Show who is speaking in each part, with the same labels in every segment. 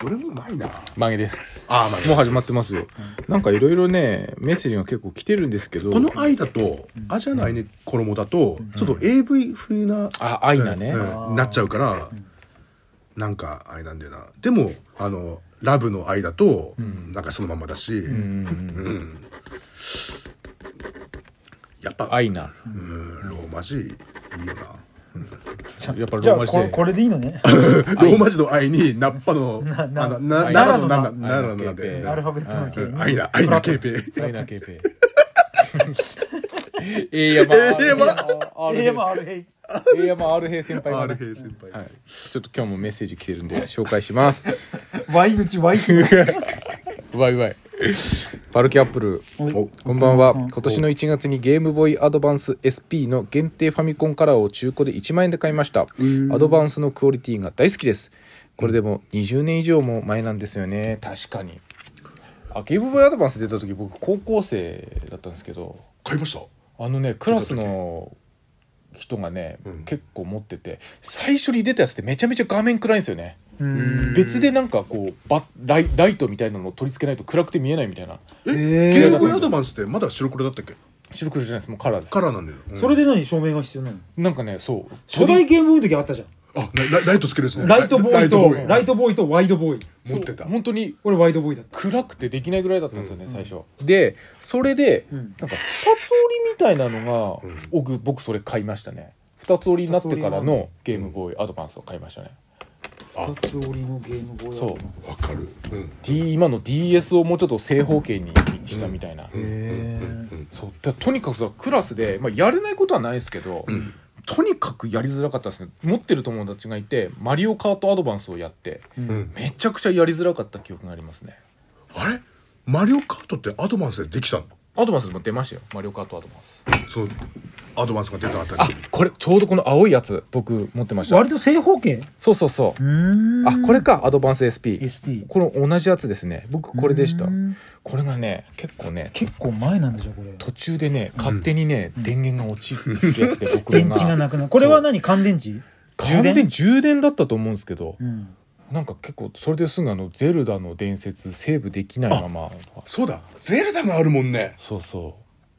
Speaker 1: どれもうまいな。
Speaker 2: 曲げです。
Speaker 1: ああ、まあ
Speaker 2: もう始まってますよ。なんかいろいろね、メッセージが結構来てるんですけど、
Speaker 1: この愛だと、アジアの愛ね、衣だと、ちょっと AV 風な、
Speaker 2: あ、アイナね。
Speaker 1: うんなっちゃうから、なんかあれなんだよな。でも、あの、ラブの愛だと、なんかそのままだし、
Speaker 2: うんうんうん。
Speaker 1: やっぱ、
Speaker 2: アイナ。
Speaker 1: うん、ローマ字、いいよな。
Speaker 2: やっぱロ
Speaker 3: じゃあ
Speaker 2: ーマ字
Speaker 3: これ
Speaker 2: で。
Speaker 3: これでいいのね
Speaker 1: ローマ字の愛に、ナッパの、あ
Speaker 3: な
Speaker 1: のな
Speaker 2: 愛
Speaker 1: 奈良の、
Speaker 3: 奈良
Speaker 1: 奈良の、奈良
Speaker 3: の
Speaker 1: のなんで
Speaker 2: 愛
Speaker 1: うん
Speaker 3: アルファベットの K
Speaker 1: うん愛だ、愛だ、ケーペ
Speaker 2: アイナ KP。えやま。えやま。
Speaker 3: ええまああるへい
Speaker 2: えやま R 平先輩がね。
Speaker 1: 平先輩。
Speaker 2: はい。ちょっと今日もメッセージ来てるんで紹介します。
Speaker 3: ワイ口ワイ口
Speaker 2: わいわい。パルキアップル。
Speaker 1: お
Speaker 2: こんばんは。
Speaker 3: こんばん
Speaker 2: 今
Speaker 3: は
Speaker 2: 年の1月にゲームボーイアドバンス SP の限定ファミコンカラーを中古で1万円で買いました。アドバンスのクオリティが大好きです。これでも20年以上も前なんですよね。確かに。あ、ゲームボーイアドバンス出た時僕高校生だったんですけど、
Speaker 1: 買いました
Speaker 2: あのね、クラスの人がね、
Speaker 1: うん
Speaker 2: 結構持ってて、最初に出たやつってめちゃめちゃ画面暗いんですよね。
Speaker 3: うん
Speaker 2: 別でなんかこう、バライライトみたいなのを取り付けないと暗くて見えないみたいな。
Speaker 3: え
Speaker 1: ゲーム
Speaker 3: ー
Speaker 1: ボーイアドバンスってまだ白黒だったっけ
Speaker 2: 白黒じゃないです。もうカラーです。
Speaker 1: カラーなんだよ。うん
Speaker 3: それで何照明が必要なの
Speaker 2: なんかね、そう。
Speaker 3: 初代ゲームボーイの時あったじゃ
Speaker 1: あライライライトつけるですね
Speaker 3: んライトボーイと
Speaker 1: ライトボ
Speaker 3: ライトボーイとワイドボーイ
Speaker 1: ーイ持ってた
Speaker 2: 本当に
Speaker 3: 俺ワイドボーイだった
Speaker 2: 暗くてできないぐらいだったんですよね、最初でそれで、
Speaker 3: うん
Speaker 2: なんか二つ折りみたいなのが、
Speaker 1: うん
Speaker 2: 僕僕それ買いましたね二つ折りになってからのゲームボーイアドバンスを買いましたね、
Speaker 1: あ
Speaker 3: 二つ折りのゲームボーイだった
Speaker 2: そう
Speaker 1: わかるうん
Speaker 2: D、今の DS をもうちょっと正方形にしたみたいな、
Speaker 3: へ
Speaker 1: うん
Speaker 2: そうでとにかくさクラスで、まあ、やれないことはないですけど、とにかくやりづらかったですね持ってる友達がいてマリオカートアドバンスをやって
Speaker 1: うん
Speaker 2: めちゃくちゃやりづらかった記憶がありますね
Speaker 1: あれマリオカートってアドバンスでできたの
Speaker 2: アドバンスでも出ましたよマリオカートアドバンス
Speaker 1: そのアドバンスが出たあた
Speaker 2: あ
Speaker 1: り
Speaker 2: これちょうどこの青いやつ僕持ってました
Speaker 3: 割と正方形
Speaker 2: そうそうそうう
Speaker 3: ーん
Speaker 2: あこれかアドバンス SP
Speaker 3: SP
Speaker 2: この同じやつですね僕これでした
Speaker 3: うん
Speaker 2: これがね結構ね
Speaker 3: 結構前なんでしょこれ
Speaker 2: 途中でね勝手にね、電源が落ちるやつで僕が
Speaker 3: 電池がなくなるこれは何乾電池
Speaker 2: 完全に充電だったと思うんですけど
Speaker 3: うん
Speaker 2: なんか結構それですぐあのゼルダの伝説セーブできないまま
Speaker 1: そうだゼルダがあるもんね
Speaker 2: そうそ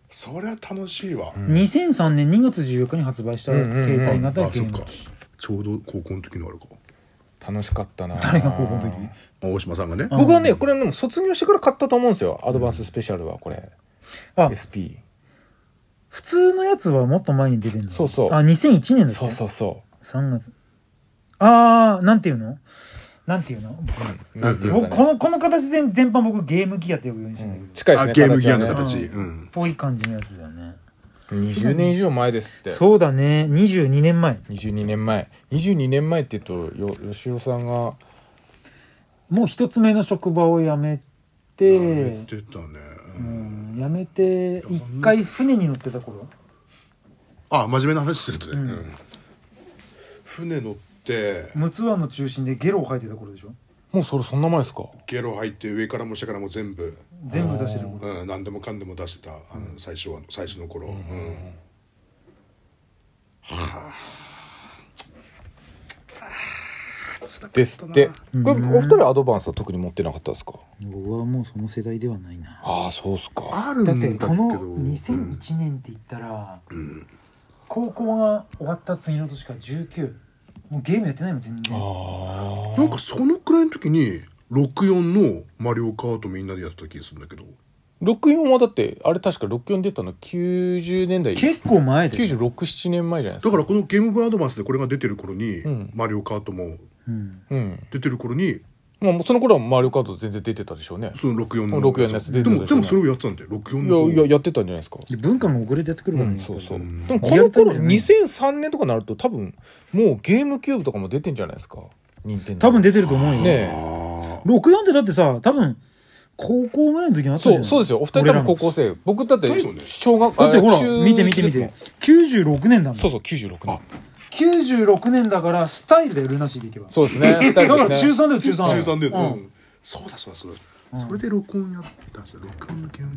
Speaker 1: そりゃ楽しいわ
Speaker 2: う、うん
Speaker 3: 2003年2月14日に発売した
Speaker 2: うんうんうん
Speaker 3: 携帯
Speaker 1: あ
Speaker 3: 型
Speaker 1: あ
Speaker 3: ゲ
Speaker 1: そ
Speaker 3: ー
Speaker 1: っ
Speaker 3: ム
Speaker 1: か
Speaker 3: 機
Speaker 1: ちょうど高校の時のあれか
Speaker 2: 楽しかったな
Speaker 3: 誰が高校の時
Speaker 1: 大島さんがね
Speaker 3: あ
Speaker 2: 僕はねこれはでも卒業してから買ったと思うんですよアドバンススペシャルはこれ
Speaker 3: あ
Speaker 2: SP
Speaker 3: 普通のやつはもっと前に出てんの
Speaker 2: そうそう
Speaker 3: あ2001年だ
Speaker 2: そうそうそう
Speaker 3: 3月ああなんていうのなんていうの
Speaker 2: なんていうんです
Speaker 3: 僕
Speaker 2: か
Speaker 3: こ
Speaker 2: ね。
Speaker 3: のこの形全全般僕ゲーム機やって呼ぶようにして
Speaker 2: う
Speaker 3: る
Speaker 2: ん近いです
Speaker 1: あ
Speaker 2: ね。
Speaker 1: ゲームギアの
Speaker 2: 形はね
Speaker 1: 形
Speaker 3: 形はね
Speaker 1: うん
Speaker 3: ぽい感じのやつだよね
Speaker 2: 20年以上前ですって。
Speaker 3: そうだね22年前
Speaker 2: 22年前。22年前って言うと、よ、吉尾さんが、
Speaker 3: もう一つ目の職場を辞め
Speaker 1: や
Speaker 3: て
Speaker 1: めてたねう
Speaker 3: うんん辞めて一回船に乗ってた頃
Speaker 1: あ真面目な話するとね
Speaker 3: うん
Speaker 1: うん船乗って
Speaker 3: 陸奥湾の中心でゲロを吐いてた頃でしょ
Speaker 2: もうそれそんな前ですか
Speaker 1: ゲロ入って上からも下からも全部
Speaker 3: 全部出してる頃
Speaker 1: うん、何でもかんでも出してたあの最初は最初の頃、うんはあ辛か
Speaker 2: で
Speaker 1: っ
Speaker 2: す
Speaker 1: た
Speaker 2: っ
Speaker 1: な
Speaker 2: て。こ
Speaker 3: うん
Speaker 2: れ、お二人はアドバンスは特に持ってなかったですか
Speaker 3: 僕はもうその世代ではないな
Speaker 2: ああ、そうっすか。
Speaker 1: あるん
Speaker 3: だ
Speaker 1: だ
Speaker 3: っ
Speaker 1: け
Speaker 3: て
Speaker 1: ど
Speaker 3: この
Speaker 1: うん
Speaker 3: 2001年って言ったら
Speaker 1: うん
Speaker 3: 高校が終わった次の年から19もうゲームやってないもん全然
Speaker 2: あ
Speaker 1: なんかそのくらいの時に64の「マリオカート」みんなでやってた気がするんだけど
Speaker 2: 64はだって、あれ確か64出たの90年代。
Speaker 3: 結構前で、
Speaker 2: 96、7年前じゃないです
Speaker 1: だか
Speaker 2: か。
Speaker 1: らこのゲームボーイアドバンスでこれが出てる頃に「
Speaker 2: うん
Speaker 1: マリオカート」も
Speaker 3: うん、
Speaker 2: うん。
Speaker 1: 出てる頃に
Speaker 2: まあ、もうその頃はマリオカート全然出てたでしょうね。
Speaker 1: その64の
Speaker 2: 64のやつ出てた
Speaker 1: で
Speaker 2: でし
Speaker 1: もで
Speaker 2: ょ
Speaker 1: もそれをやってたんだよ64
Speaker 2: い
Speaker 1: の
Speaker 2: や、
Speaker 1: 方
Speaker 2: いや、やってたんじゃないですか。
Speaker 3: 文化も遅れてやってくる
Speaker 2: う
Speaker 3: からね、
Speaker 2: ん、そうそう。
Speaker 1: う
Speaker 2: で
Speaker 1: ん
Speaker 2: もこの頃
Speaker 3: リアルタイムでね
Speaker 2: 2003年とかになると多分もうゲームキューブとかも出てんじゃないですか。任天堂
Speaker 3: 多分出てると思うよ、
Speaker 2: ね
Speaker 1: あー
Speaker 3: 64ってだってさ多分高校ぐらいの時にあったじゃ
Speaker 2: そ
Speaker 3: ん
Speaker 2: う、そうですよ。お二人多分高校生。僕だって
Speaker 1: だよね
Speaker 2: 小学
Speaker 3: だってほ
Speaker 2: あ中
Speaker 3: ら
Speaker 2: 一
Speaker 3: 見て見て
Speaker 2: で
Speaker 3: 見
Speaker 2: すもん
Speaker 3: て96年だもん
Speaker 2: そうそう、96年
Speaker 1: あ。
Speaker 3: 96年だからスタイルだよルナシーでいけば
Speaker 2: そうですね。二
Speaker 3: だ
Speaker 2: 人
Speaker 3: から
Speaker 2: で
Speaker 3: 中
Speaker 2: すね。
Speaker 3: 3だよ中
Speaker 1: 13
Speaker 3: 3
Speaker 1: で、う
Speaker 3: うん
Speaker 1: んそうだそうだそうだ、それで録音やったんですよ録音のゲーム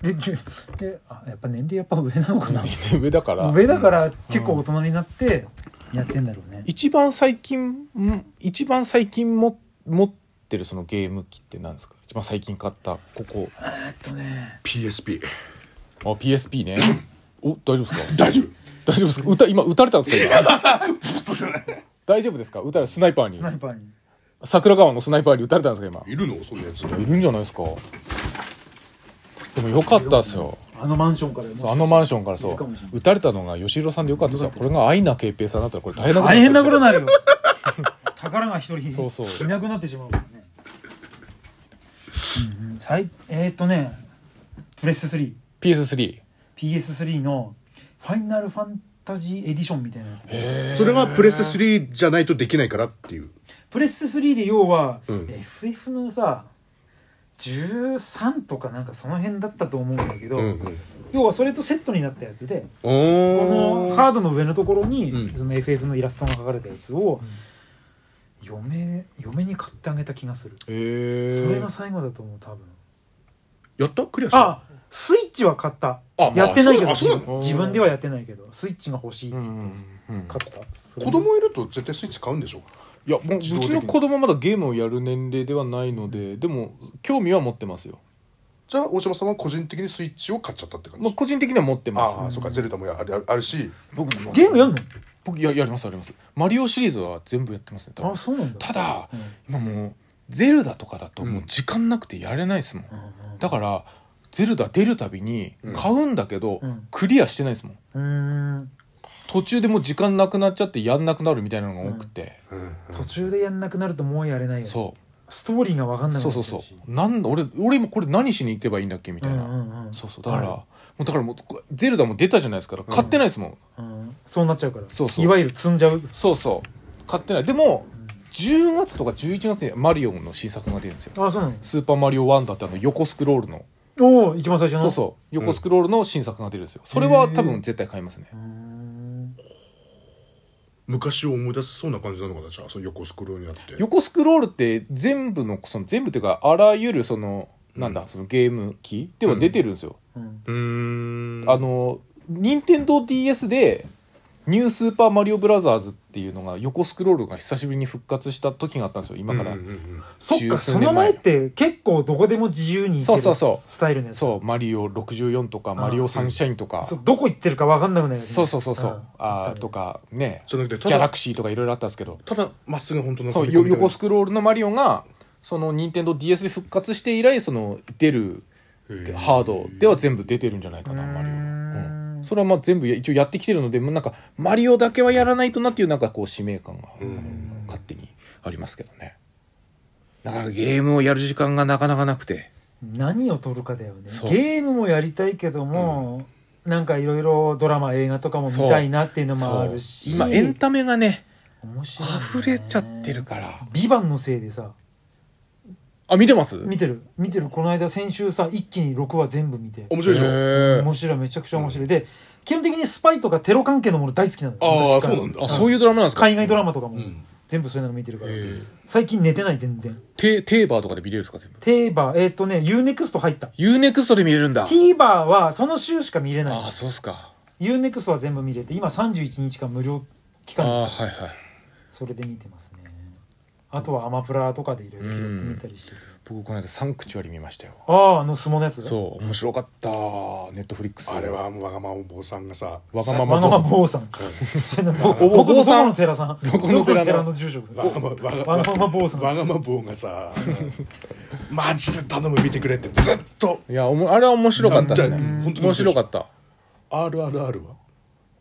Speaker 3: でじゅであやっぱ年齢やっぱ上なのかな
Speaker 2: 上だから。
Speaker 3: 上だから結構大人になってやってんだろうね、
Speaker 2: 一番最近、ん一番最近も持っってるそのゲーム機って何ですか一番最近買ったここあ
Speaker 3: えっとね
Speaker 1: PSP
Speaker 2: PSP ねお大丈夫ですか
Speaker 1: 大丈夫
Speaker 2: 大丈夫ですか歌今撃たれたんですか今大丈夫ですか撃たれスナイパーに
Speaker 3: スナイパーに
Speaker 2: 桜川のスナイパーに撃たれたんですか今
Speaker 1: いるのそんなやつ
Speaker 2: いるんじゃないですかでもよかったですよ
Speaker 3: あのマンションから
Speaker 2: そうあのマンションから
Speaker 3: い
Speaker 2: そ
Speaker 3: るかもしれな
Speaker 2: う撃たれたのが吉弘さんでよかったですよこれがアイナ圭平さんだったらこれ大変なこと
Speaker 3: 大変なことに
Speaker 2: い
Speaker 3: なるよ宝が一人
Speaker 2: そうそう
Speaker 3: いなくなってしまうからねうんうん最えーっとねプレス
Speaker 2: PS3
Speaker 3: 3PS3 のファイナルファンタジーエディションみたいなやつで
Speaker 1: それがプレステ3じゃないとできないからっていう
Speaker 3: プレス3で要は、
Speaker 1: うん
Speaker 3: FF のさ13とかなんかその辺だったと思うんだけど、
Speaker 1: うんうん
Speaker 3: 要はそれとセットになったやつで
Speaker 1: お
Speaker 3: この
Speaker 1: ー
Speaker 3: カードの上のところに、
Speaker 1: うん
Speaker 3: その FF のイラストが書かれたやつを、嫁嫁に買ってあげた気がする、
Speaker 1: へえ
Speaker 3: それが最後だと思う多分
Speaker 1: やったクリアした
Speaker 3: あスイッチは買った
Speaker 1: あまあ
Speaker 3: やってないけど、
Speaker 1: そうなのあそうな
Speaker 2: の
Speaker 3: 自分ではやってないけどスイッチが欲しいって
Speaker 2: う
Speaker 3: 言って
Speaker 2: んうん
Speaker 3: 買った、
Speaker 1: 子供いると絶対スイッチ買うんでしょ
Speaker 2: いやもううちの子供まだゲームをやる年齢ではないのででも興味は持ってますよ、
Speaker 1: じゃあ大島さんは個人的にスイッチを買っちゃったって感
Speaker 2: まあ、
Speaker 1: じ
Speaker 2: 個人的には持ってます
Speaker 1: ああそっかゼルダもやあるあるし
Speaker 2: 僕も
Speaker 3: ゲームやんの
Speaker 2: 僕ややりますやりますマリオシリーズは全部やってますね多分
Speaker 3: あそうなんだ
Speaker 2: ただ、
Speaker 3: うん
Speaker 2: 今もうゼルダとかだともううん時間なくてやれないですもん、
Speaker 3: うんうん
Speaker 2: だからゼルダ出るたびに買うんだけど、
Speaker 3: うん
Speaker 2: クリアしてないですもん
Speaker 3: うーん
Speaker 2: 途中でもう時間なくなっちゃってやんなくなるみたいなのが多くて、
Speaker 1: うんうん
Speaker 3: 途中でやんなくなるともうやれないよ
Speaker 2: そ
Speaker 3: ストーリーが分かん
Speaker 2: う
Speaker 3: な
Speaker 2: そ
Speaker 3: くな
Speaker 2: う
Speaker 3: っち
Speaker 2: そ
Speaker 3: ゃう
Speaker 2: う
Speaker 3: し
Speaker 2: そうなん俺俺今これ何しに行けばいいんだっけみたいな、
Speaker 3: うんうんうん
Speaker 2: そうそうだから、
Speaker 3: は
Speaker 2: もうだからもうこゼルダも出たじゃないですから買ってないですもん、
Speaker 3: いうんそうなっちゃうから
Speaker 2: そうそう
Speaker 3: いわゆる積んじゃう
Speaker 2: そうそう買ってないでも10月とか11月にマリオの新作が出るんですよ
Speaker 3: あそうなの
Speaker 2: 「スーパーマリオワンダー」ってあの横スクロールの
Speaker 3: おお一番最初の
Speaker 2: そうそう横スクロールの新作が出るんですよそれは多分絶対買いますね
Speaker 3: うーん
Speaker 1: 昔を思い出しそうな感じなのかなじゃあその横スクロールになって
Speaker 2: 横スクロールって全部のその全部っていうかあらゆるそのなん
Speaker 1: う
Speaker 2: だそのゲーム機では出てるんですよ
Speaker 3: うん
Speaker 1: うーん
Speaker 2: あの任天堂 d s で「ニュースーパーマリオブラザーズ」っていうのが横スクロールが久しぶりに復活した時があったんですよ今から
Speaker 1: うんうんうん
Speaker 3: そっ
Speaker 2: 十
Speaker 3: か
Speaker 2: 数
Speaker 3: そ
Speaker 2: 年
Speaker 3: の前って結構どこでも自由に行ける
Speaker 2: そうそうそう
Speaker 3: スタイルのやつ
Speaker 2: そう「マリオ64」とか「マリオサンシャイン」とか
Speaker 3: そうどこ行ってるか分かんなくなる
Speaker 2: そうそうそうそうあーと
Speaker 3: か
Speaker 2: かね
Speaker 1: じゃなくて
Speaker 2: ギ
Speaker 1: た
Speaker 2: ャラ
Speaker 1: だ
Speaker 2: クシーとかいろいろあったんですけど
Speaker 1: ただまっすぐ本当の
Speaker 2: そう
Speaker 1: ファミコン
Speaker 2: よ
Speaker 1: みたいな
Speaker 2: 横スクロールのマリオがその任天堂 d s で復活して以来その出る
Speaker 1: へー
Speaker 2: ハードでは全部出てるんじゃないかな
Speaker 3: うーん
Speaker 2: マリオの、うん、それはまあ全部や一応やってきてるのでもうなんかマリオだけはやらないとなっていうなんかこう使命感が
Speaker 1: うん
Speaker 2: 勝手にありますけどねなかなかゲームをやる時間がなかなかなくて
Speaker 3: 何を撮るかだよね
Speaker 2: そう
Speaker 3: ゲームもやりたいけども、なんかいろいろドラマ映画とかも見たいなっていうのもあるし
Speaker 2: そう今エンタメがね
Speaker 3: 面白いよね
Speaker 2: 溢れちゃってるから
Speaker 3: ビバンのせいでさ
Speaker 2: あ見てます
Speaker 3: 見てる見てるこの間先週さ一気に6話全部見て
Speaker 1: 面白いでしょ
Speaker 2: へー
Speaker 3: 面白いめちゃくちゃ面白い、で基本的にスパイとかテロ関係のもの大好きなの
Speaker 1: ああ
Speaker 3: 昔か
Speaker 1: そ
Speaker 3: ら
Speaker 1: うなんだ
Speaker 2: あそういうドラマなんですか
Speaker 3: 海外ドラマとかも、
Speaker 1: うん
Speaker 3: 全部そういうの見てるから、
Speaker 2: へえ
Speaker 3: 最近寝てない全然
Speaker 2: テテーバーとかで見れるんですか全部
Speaker 3: テーバーえっ、とね UNEXT 入った
Speaker 2: ユーネクストで見れるんだ
Speaker 3: TVer はその週しか見れ
Speaker 2: あ
Speaker 3: な
Speaker 2: あそうっすか
Speaker 3: い UNEXT は全部見れて今31日間無料期
Speaker 2: あ
Speaker 3: 間
Speaker 2: あ
Speaker 3: ですか
Speaker 2: はい
Speaker 3: ら
Speaker 2: はい
Speaker 3: それで見てますねあとはアマプラとかでいろいろ拾ってみたりしてる、
Speaker 2: 僕この間サンクチュアリ見ましたよ
Speaker 3: あああの相撲のやつ
Speaker 2: そう面白かったネットフリックス
Speaker 1: あれはもうわがままお坊さんがさ
Speaker 2: わが
Speaker 1: さ
Speaker 2: まま
Speaker 3: マ
Speaker 2: ど
Speaker 3: ノ
Speaker 2: う
Speaker 3: マ
Speaker 2: ぞ
Speaker 3: 坊 さん ど
Speaker 2: お
Speaker 3: こ
Speaker 2: 坊
Speaker 3: ど
Speaker 2: さ
Speaker 3: こ
Speaker 2: ん
Speaker 3: の寺さん
Speaker 2: どこの寺の
Speaker 3: 住職
Speaker 1: わがまわが
Speaker 3: わがま坊さん
Speaker 1: わがま坊がさマジで頼む見てくれってずっと
Speaker 2: いやおもあれは面白かったですね
Speaker 1: なんだうん本当に
Speaker 2: 面白かった
Speaker 1: 「RRR」は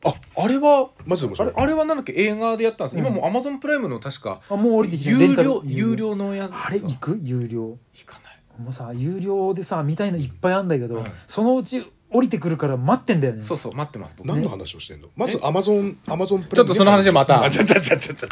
Speaker 2: ああれは
Speaker 1: マジで面
Speaker 2: あ
Speaker 1: 白い
Speaker 2: れあれはなんだっけ映画でやったんです、今もうアマゾンプライムの確か
Speaker 3: あもう降りてきてるレ
Speaker 2: 有
Speaker 3: ンタル
Speaker 2: 料有料のやつ
Speaker 3: あれ行く有料
Speaker 2: 行かない
Speaker 3: もうさ有料でさ見たいのいっぱいあんだけど、そのうち降りてくるから待ってんだよね
Speaker 2: そうそう待ってます僕
Speaker 1: 何の話をしてんのまずアマゾンアマゾンプ
Speaker 2: ちょっとその話はまた
Speaker 1: あちょちょちょちょちょ